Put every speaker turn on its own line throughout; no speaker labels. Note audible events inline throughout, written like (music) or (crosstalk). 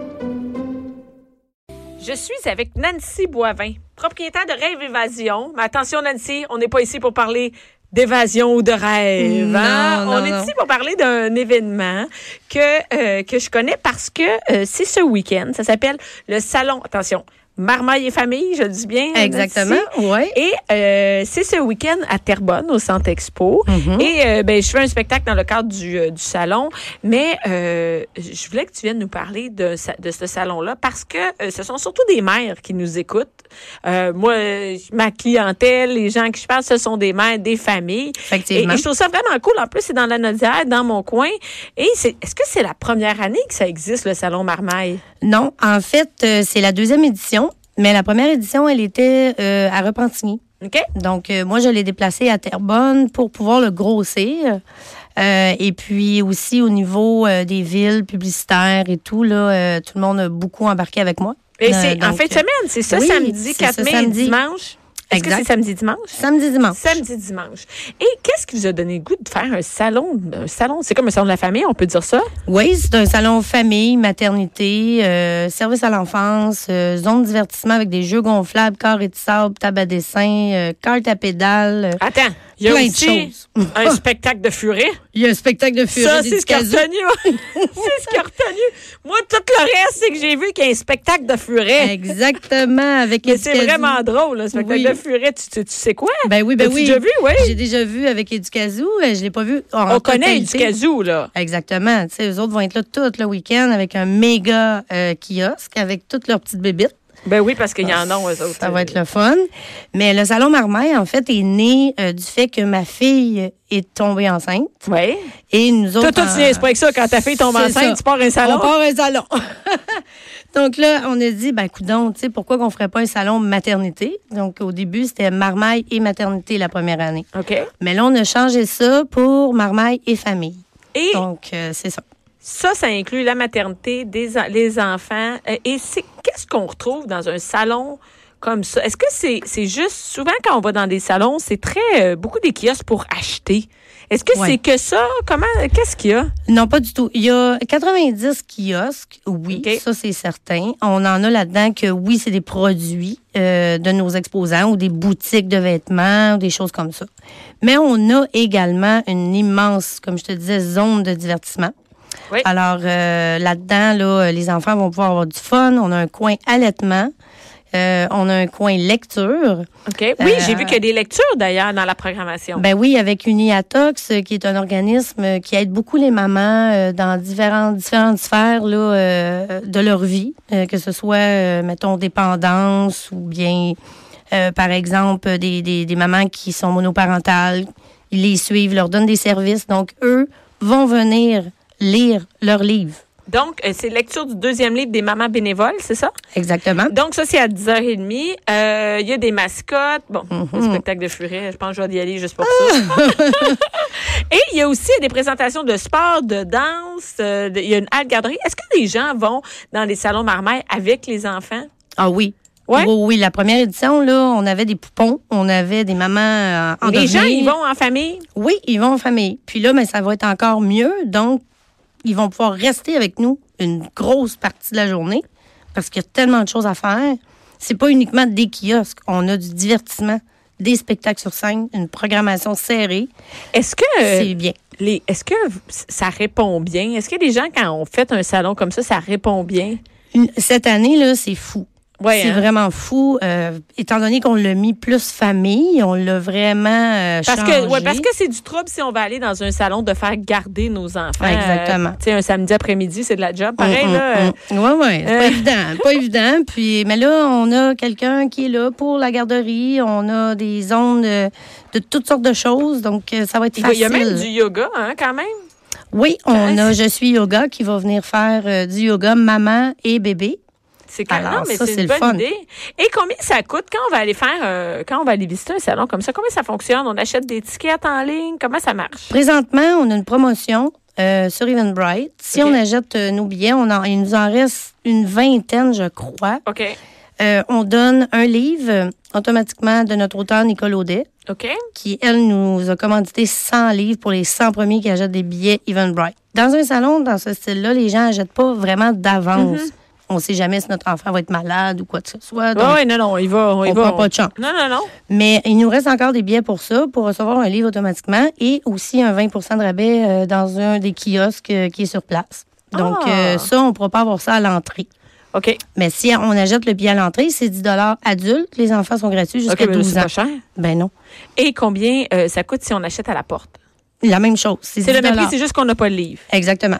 Je suis avec Nancy Boivin, propriétaire de Rêve Évasion. Mais attention Nancy, on n'est pas ici pour parler d'évasion ou de rêve. hein?
Non,
on
non,
est
non.
ici pour parler d'un événement que, euh, que je connais parce que euh, c'est ce week-end. Ça s'appelle le salon, attention, Marmaille et famille, je le dis bien. Nancy.
Exactement, oui.
Et euh, c'est ce week-end à Terrebonne, au Centre Expo.
Hein?
Et euh, ben, je fais un spectacle dans le cadre du, euh, du salon. Mais euh, je voulais que tu viennes nous parler de, sa- de ce salon-là parce que euh, ce sont surtout des mères qui nous écoutent. Euh, moi, euh, ma clientèle, les gens à qui je parle, ce sont des mères, des familles. Et,
Effectivement.
et je trouve ça vraiment cool. En plus, c'est dans la Nodière, dans mon coin. Et c'est, est-ce que c'est la première année que ça existe, le Salon Marmaille?
Non, en fait, euh, c'est la deuxième édition, mais la première édition, elle était euh, à Repentigny.
OK?
Donc, euh, moi, je l'ai déplacé à Terrebonne pour pouvoir le grossir. Euh, et puis aussi au niveau euh, des villes publicitaires et tout, là, euh, tout le monde a beaucoup embarqué avec moi.
Et
Euh,
c'est en
donc,
fin de
euh,
semaine, c'est ça,
oui,
samedi
c'est
4
ça,
mai
samedi.
et dimanche. Est-ce que
Exact.
c'est samedi dimanche?
Samedi, dimanche.
Samedi, dimanche. Et qu'est-ce qui vous a donné le goût de faire un salon? Un salon, c'est comme un salon de la famille, on peut dire ça?
Oui, c'est un salon famille, maternité, euh, service à l'enfance, euh, zone de divertissement avec des jeux gonflables, carré de sable, table à dessin, euh, carte à pédale. euh,
Attends, il y a
Plein de
aussi
choses.
(laughs) un spectacle de furet.
Il y a un spectacle de furie
ça, c'est ce qui a retenu. (laughs) c'est ce qui a retenu. Moi, tout le reste, c'est que j'ai vu qu'il y a un spectacle de furet.
Exactement, avec
Mais
Éducazou.
c'est vraiment drôle, le spectacle
Oui.
de furet. Tu, tu- tu sais quoi?
Ben oui, ben
As-tu
oui.
déjà vu, oui?
J'ai déjà vu avec Éducazou, euh, je l'ai pas vu en
on connaît du
totalité.
kazoo, là.
Exactement, tu sais, eux autres vont être là tout le week-end avec un méga euh, kiosque, avec toutes leurs petites bébites.
Ben oui, parce qu'il y en a, eux autres.
Ça va être le fun. Mais le Salon Marmaille, en fait, est né euh, du fait que ma fille est tombée enceinte.
Oui.
Et nous autres.
Toi, toi, tu
en-
niaises pas avec ça. Quand ta fille tombe
euh, C'est
enceinte,
ça.
tu pars à un
On
salon.
part un salon. (laughs) Donc là, on a dit, ben, coudon, tu sais, pourquoi qu'on ferait pas un salon maternité? Donc, au début, c'était Marmaille et maternité la première année.
OK.
Mais là, on a changé ça pour Marmaille et famille.
Et
Donc, euh, c'est ça.
ça, ça inclut la maternité, des en- les enfants. Euh, Et c'est qu'est-ce qu'on retrouve dans un salon comme ça? Est-ce que c'est c'est juste, souvent quand on va dans des salons, c'est très, euh, beaucoup des kiosques pour acheter. Est-ce que
Ouais.
c'est que ça? Comment, qu'est-ce qu'il y a?
Non, pas du tout. Il y a 90 kiosques, oui,
OK.
ça c'est certain. On en a là-dedans que oui, c'est des produits euh, de nos exposants ou des boutiques de vêtements ou des choses comme ça. Mais on a également une immense, comme je te disais, zone de divertissement.
Oui.
Alors euh, là-dedans, là, les enfants vont pouvoir avoir du fun. On a un coin allaitement. Euh, on a un coin lecture.
OK. Oui,
Euh,
j'ai vu qu'il y a des lectures d'ailleurs dans la programmation.
Ben oui, avec Uniatox, euh, qui est un organisme euh, qui aide beaucoup les mamans euh, dans différentes, différentes sphères là, euh, de leur vie, euh, que ce soit, euh, mettons, dépendance ou bien, euh, par exemple, euh, des, des, des mamans qui sont monoparentales. Ils les suivent, leur donnent des services. Donc, eux vont venir lire leur livre.
Donc, euh, c'est lecture du deuxième livre des mamans bénévoles, c'est ça?
Exactement.
Donc, ça, c'est à 10h30. Euh, Il y a des mascottes. Bon,
Mhm.
le spectacle de furet, je pense que je vais y aller juste pour ça.
Ah!
Et il y a aussi des présentations de sport, de danse. euh, de- Il y a une halle garderie. Est-ce que les gens vont dans les salons marmailles avec les enfants?
Ah oui.
Ouais?
Oui, oui, la première édition, là, on avait des poupons, on avait des mamans euh,
les
endormies.
gens, ils vont en famille?
Oui, ils vont en famille. Puis là, mais ça va être encore mieux. Donc, ils vont pouvoir rester avec nous une grosse partie de la journée parce qu'il y a tellement de choses à faire. C'est pas uniquement des kiosques. On a du divertissement, des spectacles sur scène, une programmation serrée.
Est-ce que... euh,
C'est bien.
les- Est-ce que v- ça répond bien? Est-ce que les gens, quand on fait un salon comme ça, ça répond bien?
Une- cette année, là, c'est fou.
Ouais,
c'est
hein?
vraiment fou. euh, étant donné qu'on l'a mis plus famille, on l'a vraiment euh,
Parce
changé.
que, ouais, parce que c'est du trouble si on va aller dans un salon de faire garder nos enfants.
Ouais, exactement.
Euh, tu sais, un samedi après-midi, c'est de la job. Pareil,
Mm,
là. euh,
mm, mm. Ouais, ouais, c'est pas évident,
(laughs)
pas évident. Puis, mais là, on a quelqu'un qui est là pour la garderie. On a des zones euh, de, toutes sortes de choses, donc euh, ça va être
il va-
facile.
il y a même du yoga, hein, quand même.
Oui, on
Ah,
a Je suis yoga qui va venir faire euh, du yoga maman et bébé.
C'est quand
Alors,
non, mais
ça,
c'est
c'est
une
le
bonne
fun.
idée. Et combien ça coûte quand on va aller faire euh, quand on va aller visiter un salon comme ça Comment ça fonctionne On achète des tickets en ligne Comment ça marche
Présentement, on a une promotion euh, sur Eventbrite. Si
OK.
on achète euh, nos billets, on en- il nous en reste une vingtaine, je crois.
Ok,
Euh, on donne un livre euh, automatiquement de notre auteur Nicole Audet,
ok.
qui, elle, nous a commandité 100 livres pour les 100 premiers qui achètent des billets Eventbrite. Dans un salon, dans ce style-là, les gens n'achètent pas vraiment d'avance. On ne sait jamais si notre enfant va être malade ou quoi que ce soit. donc
Mm-hmm. Ouais, ouais, non, non, il va, on y
on
va.
prend
on-
pas de chance.
Non, non, non.
Mais il nous reste encore des billets pour ça, pour recevoir un livre automatiquement et aussi un 20 de rabais euh, dans un des kiosques euh, qui est sur place. Donc,
Ah.
euh, ça, on ne pourra pas avoir ça à l'entrée.
Ok.
Mais si on achète le billet à l'entrée, c'est 10 adulte. Les enfants sont gratuits jusqu'à
Ok, mais là,
12
c'est
ans.
pas cher.
Ben non.
Et combien euh, ça coûte si on achète à la porte
La même chose.
C'est
10
le même prix, c'est juste qu'on n'a pas le livre.
Exactement.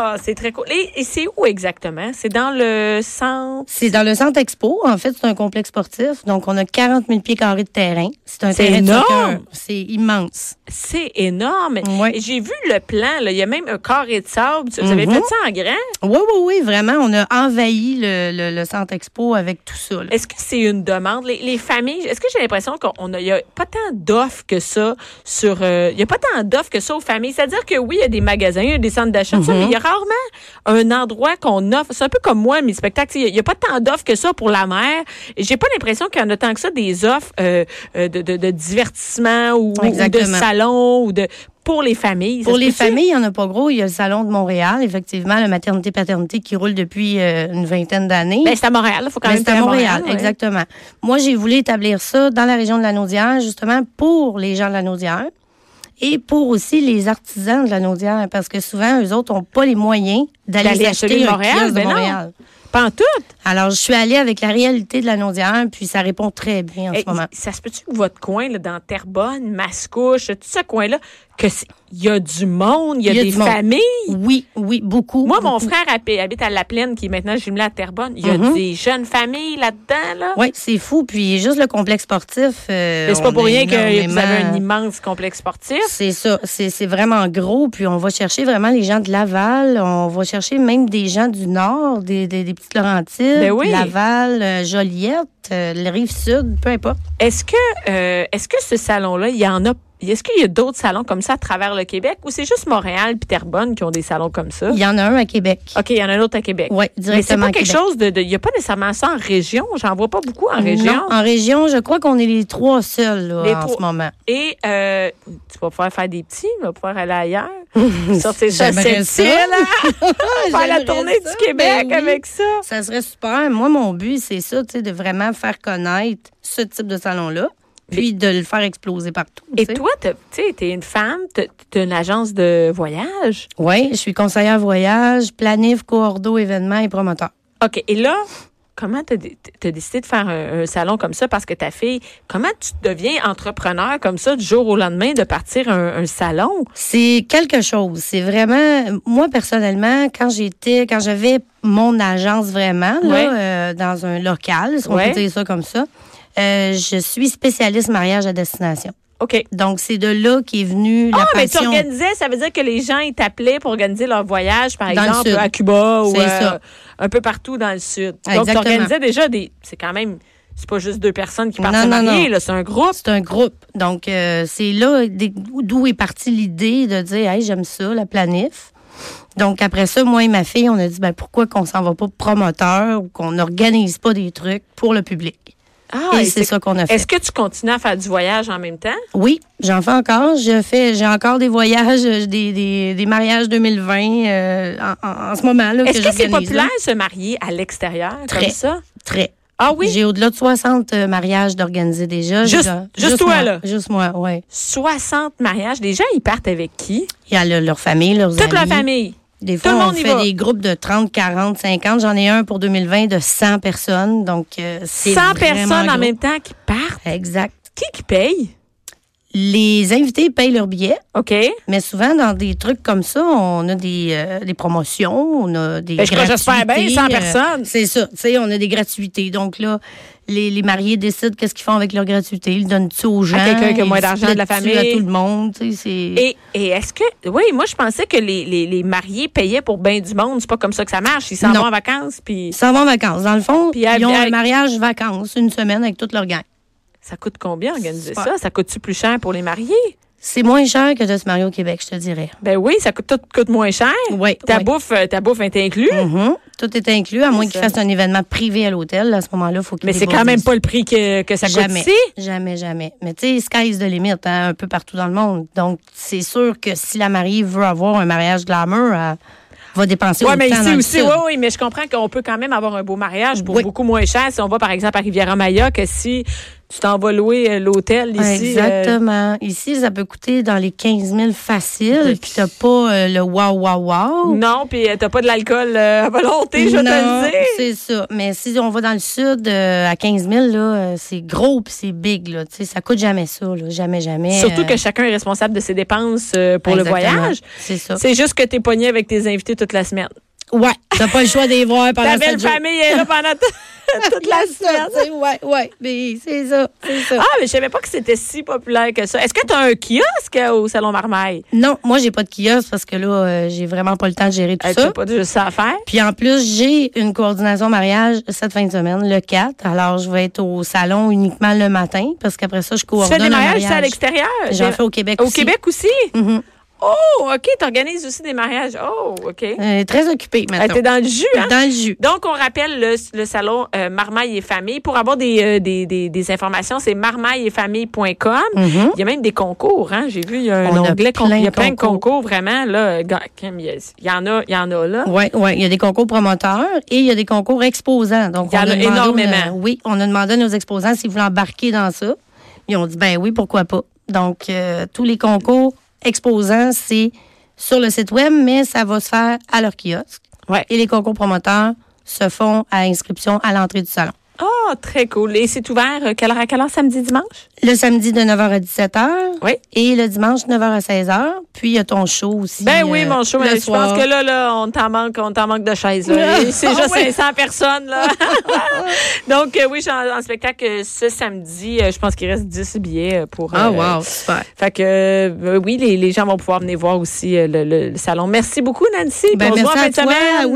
Ah, c'est très cool. Et, et c'est où exactement C'est dans le centre.
C'est dans le centre expo. En fait, c'est un complexe sportif. Donc, on a 40 000 pieds carrés de terrain. C'est un
C'est
terrain de
énorme!
soccer. C'est immense.
C'est énorme.
Ouais.
Et J'ai vu le plan. Là. Il y a même un carré de sable. Vous avez
Mhm.
fait ça en grand
Oui, oui, oui, vraiment. On a envahi le, le- le centre expo avec tout ça. là.
Est-ce que c'est une demande Les, les familles. Est-ce que j'ai l'impression qu'on a, il y a pas tant d'offres que ça sur. euh, il y a pas tant d'offres que ça aux familles. C'est-à-dire que oui, il y a des magasins, il y a des centres d'achat, tout ça, mais
Mhm.
il y a rarement un endroit qu'on offre. C'est un peu comme moi, mes spectacles. tu sais, Il y a pas tant d'offres que ça pour la mère. Et J'ai pas l'impression qu'il y en a tant que ça des offres euh, euh, de, de- de divertissement ou, ou de
Exactement.
salon ou de pour les familles. Ça
Pour
se
les
peut-tu?
familles, il n'y en a pas gros. Il y a le Salon de Montréal, effectivement, le maternité-paternité qui roule depuis euh, une vingtaine d'années.
Ben, c'est à Montréal, hein. il faut quand
Mais
même
c'est à
dire
Montréal,
ouais.
exactement. Moi, j'ai voulu établir ça dans la région de la Naudière, justement pour les gens de la Naudière et pour aussi les artisans de la Naudière, parce que souvent, eux autres n'ont pas les moyens
D'aller
d'aller
acheter
acheter
de
un
Montréal,
kiosque de
ben non.
Montréal.
Pas en tout.
Alors, je suis allée avec la réalité de la Naudière, puis ça répond très bien en
Eh,
ce moment.
Ça se peut-tu que votre coin, là, dans Terrebonne, Mascouche, tout ce coin-là, que c'est- il y a du monde, il y a,
Il y a
des
du monde.
familles?
Oui, oui, beaucoup.
Moi, mon
beaucoup.
frère hab- habite à La Plaine, qui est maintenant jumelé à Terrebonne. Il y a
Mhm.
des jeunes familles là-dedans, là.
Oui, c'est fou. Puis juste le complexe sportif. euh,
Mais c'est pas
on
pour
a
rien que vous avez
énormément-
un immense complexe sportif.
C'est ça, c'est c'est vraiment gros. Puis on va chercher vraiment les gens de Laval, on va chercher même des gens du Nord, des, des, des petites Laurentides,
Ben oui.
Laval, euh, Joliette, euh, le Rive-Sud, peu importe.
Est-ce que, euh, est-ce que ce salon-là, il y en a, est-ce qu'il y a d'autres salons comme ça à travers le Québec ou c'est juste Montréal puis Terrebonne qui ont des salons comme ça?
Il y en a un à Québec.
OK, il y en a un autre à Québec.
Oui,
Ah. Mais c'est
directement
pas
à
quelque
Québec.
chose de, de- il n'y a pas nécessairement ça en région. J'en vois pas beaucoup en région.
Non, en région, je crois qu'on est les trois seuls là,
Les
en
trois.
ce moment.
Et euh, tu vas pouvoir faire des petits, tu vas pouvoir aller
(laughs)
ailleurs. Sortir sur cette
J'aimerais ça.
île,
(laughs)
hein, faire la
J'aimerais
tournée
ça,
du Québec
ben oui.
avec ça.
Ça serait super. Moi, mon but, c'est ça, tu sais, de vraiment faire connaître ce type de salon-là, puis de le faire exploser partout.
Et
tu sais.
toi, t'as- tu sais, t'es une femme, t'as t'as une agence de voyage.
Oui, je suis conseillère voyage, planif, coordo, événements et promoteur.
OK, et là, comment t'as dé- t'as décidé de faire un, un salon comme ça parce que ta fille, comment tu deviens entrepreneur comme ça du jour au lendemain de partir un, un salon?
C'est quelque chose. C'est vraiment, moi personnellement, quand j'étais, quand j'avais mon agence vraiment, là,
Ouais.
euh, dans un local, si on
Ouais.
peut dire ça comme ça, euh, je suis spécialiste mariage à destination.
OK.
Donc, c'est de là qu'est venue la
Ah, mais tu
passion.
organisais, ça veut dire que les gens, ils t'appelaient pour organiser leur voyage, par
Dans le
exemple,
sud.
à Cuba ou
C'est
euh,
ça. Ah,
un peu partout dans le sud. Donc, tu
Exactement.
organisais déjà des. C'est quand même. C'est pas juste deux personnes qui partent
Non,
en
non,
marier,
non.
là, c'est un groupe.
C'est un groupe. Donc, euh, c'est là des- d'où est partie l'idée de dire, hey, j'aime ça, la planif. Donc, après ça, moi et ma fille, on a dit, ben, pourquoi qu'on s'en va pas promoteur ou qu'on n'organise pas des trucs pour le public?
Ah,
et
et
c'est
c'est-
ça qu'on a fait.
Est-ce que tu continues à faire du voyage en même temps?
Oui, j'en fais encore. Je fais, j'ai encore des voyages, euh, des, des, des mariages 2020 euh, en, en- en ce moment. là,
Est-ce que c'est
j'organise, là.
populaire se marier à l'extérieur comme
Très.
ça?
Très.
Ah oui?
J'ai au-delà de 60 mariages d'organiser déjà.
Juste-
J'ai-
juste toi,
moi,
là.
Juste moi, oui.
60 mariages. Les gens, ils partent avec qui?
Il y a le- leur famille, leurs
Toute la
amis.
famille.
Des
Tout
fois,
le
on
monde y
fait
va.
des groupes de 30, 40, 50. J'en ai un pour 2020 de 100 personnes. Donc, euh, c'est
100
vraiment
personnes en
gros.
même temps qui partent.
Exact.
Qui qui paye?
les invités payent leur billet,
OK.
mais souvent dans des trucs comme ça, on a des, euh, des promotions, on a des
Ben, je crois que
gratuités.
j'espère bien, 100
euh,
personnes.
C'est ça, tu sais, on a des gratuités. Donc là, les, les mariés décident qu'est-ce qu'ils font avec leur gratuité. Ils le donnent-tu aux gens?
quelqu'un qui a
Ils
moins d'argent de la
splittent-tu
famille?
À tout le monde, tu sais, c'est...
Et, et est-ce que. Oui, moi, je pensais que les, les, les mariés payaient pour bien du monde. C'est pas comme ça que ça marche. Ils s'en
Non.
vont en vacances, puis
Ils s'en vont en vacances. Dans le fond,
Puis
ils ont
avec-
un mariage vacances, une semaine avec toute leur gang.
ça coûte combien organiser
Super.
ça? Ça coûte-tu plus cher pour les mariés?
C'est moins cher que de se marier au Québec, je te dirais.
Ben oui, ça coûte, tout coûte moins cher.
Oui,
Ta
oui.
bouffe, euh, ta bouffe est inclue.
Mhm. Tout est inclus, à moins
ça.
qu'ils fassent un événement privé à l'hôtel. À ce moment-là, faut qu'ils
Mais c'est quand même pas le prix que, que ça coûte
jamais,
ici.
Jamais, jamais. Mais tu sais, sky is the limit, hein, un peu partout dans le monde. Donc, c'est sûr que si la mariée veut avoir un mariage glamour, elle va dépenser
Oui,
autant
mais
dans
ici
le
aussi,
sud.
oui, oui, mais je comprends qu'on peut quand même avoir un beau mariage pour
Oui.
beaucoup moins cher si on va, par exemple, à Riviera-Maya que si tu t'en vas louer euh, l'hôtel ici. euh,
Exactement. Ici, ça peut coûter dans les 15 000
Oui.
faciles, puis t'as pas euh, le wow, wow, wow.
non, puis euh, t'as pas de l'alcool euh, à volonté, je vais te
Non,
le dis.
c'est ça. Mais si on va dans le sud euh, à 15 000, là, euh, c'est gros puis c'est big. Là. Tu sais, Ça coûte jamais ça. Là. Jamais, jamais.
Surtout
euh,
que chacun est responsable de ses dépenses euh, pour le
exactement.
voyage.
C'est ça.
C'est juste que t'es pogné avec tes invités toute la semaine.
Ouais, t'as pas le choix de les voir pendant
Ta
sept
belle
jours.
famille
(laughs)
est là pendant t- toute la semaine.
tu sais, ouais, ouais, mais c'est ça, c'est ça.
Ah, mais je savais pas que c'était si populaire que ça. Est-ce que t'as un kiosque euh, au Salon Marmaille?
Non, moi j'ai pas de kiosque parce que là euh, j'ai vraiment pas le temps de gérer tout
Euh, T'as
ça.
pas juste ça à faire?
Puis en plus, j'ai une coordination mariage cette fin de semaine, le 4. Alors, je vais être au salon uniquement le matin parce qu'après ça, je
Tu
coordonne
fais des
un
mariages ça, à
mariage.
l'extérieur?
J'en
Des-
fais au Québec
Au
aussi.
Québec aussi?
Mhm.
Oh, OK, t'organises aussi des mariages. Oh, OK. Euh,
Euh, très occupée maintenant.
T'es dans le jus, hein?
Dans le jus.
Donc, on rappelle le, le salon euh, Marmaille et Famille. Pour avoir des, euh, des, des, des informations, c'est marmailleetfamille.com.
Mhm.
Il y a même des concours, hein? J'ai vu, il y a un
On a
onglet con- Il y a
plein
plein
de
de concours, vraiment, là. euh, gars, Kim, Il y a- il y en a, il y en a, là.
Oui, oui. Il y a des concours promoteurs et il y a des concours exposants. Donc,
Il y en
on
a
demandé aux-
énormément.
oui, on a demandé à nos exposants s'ils voulaient embarquer dans ça. Ils ont dit, ben oui, pourquoi pas. Donc, euh, tous les concours exposants, c'est sur le site web, mais ça va se faire à leur kiosque.
Ouais.
Et les concours promoteurs se font à inscription à l'entrée du salon.
Ah, très cool. Et c'est ouvert euh, quelle heure à quelle heure, samedi, dimanche?
Le samedi de 9h à 17h.
Oui.
Et le dimanche 9h à 16h. Puis, il y a ton show aussi.
Ben oui,
euh,
mon show,
le
mais je
soir.
pense que là, là on t'en manque, on t'en manque de chaises.
(laughs)
là.
Ouais.
Et C'est juste
Ouais.
500 personnes. Là.
(laughs)
Donc, euh, oui, je suis en, en spectacle euh, ce samedi. Euh, je pense qu'il reste 10 billets euh, pour... euh,
Ah, wow, super.
Fait que euh, oui, les, les gens vont pouvoir venir voir aussi euh, le, le- le salon. Merci beaucoup, Nancy.
Ben,
Bonsoir,
merci à
fin de
toi.
semaine.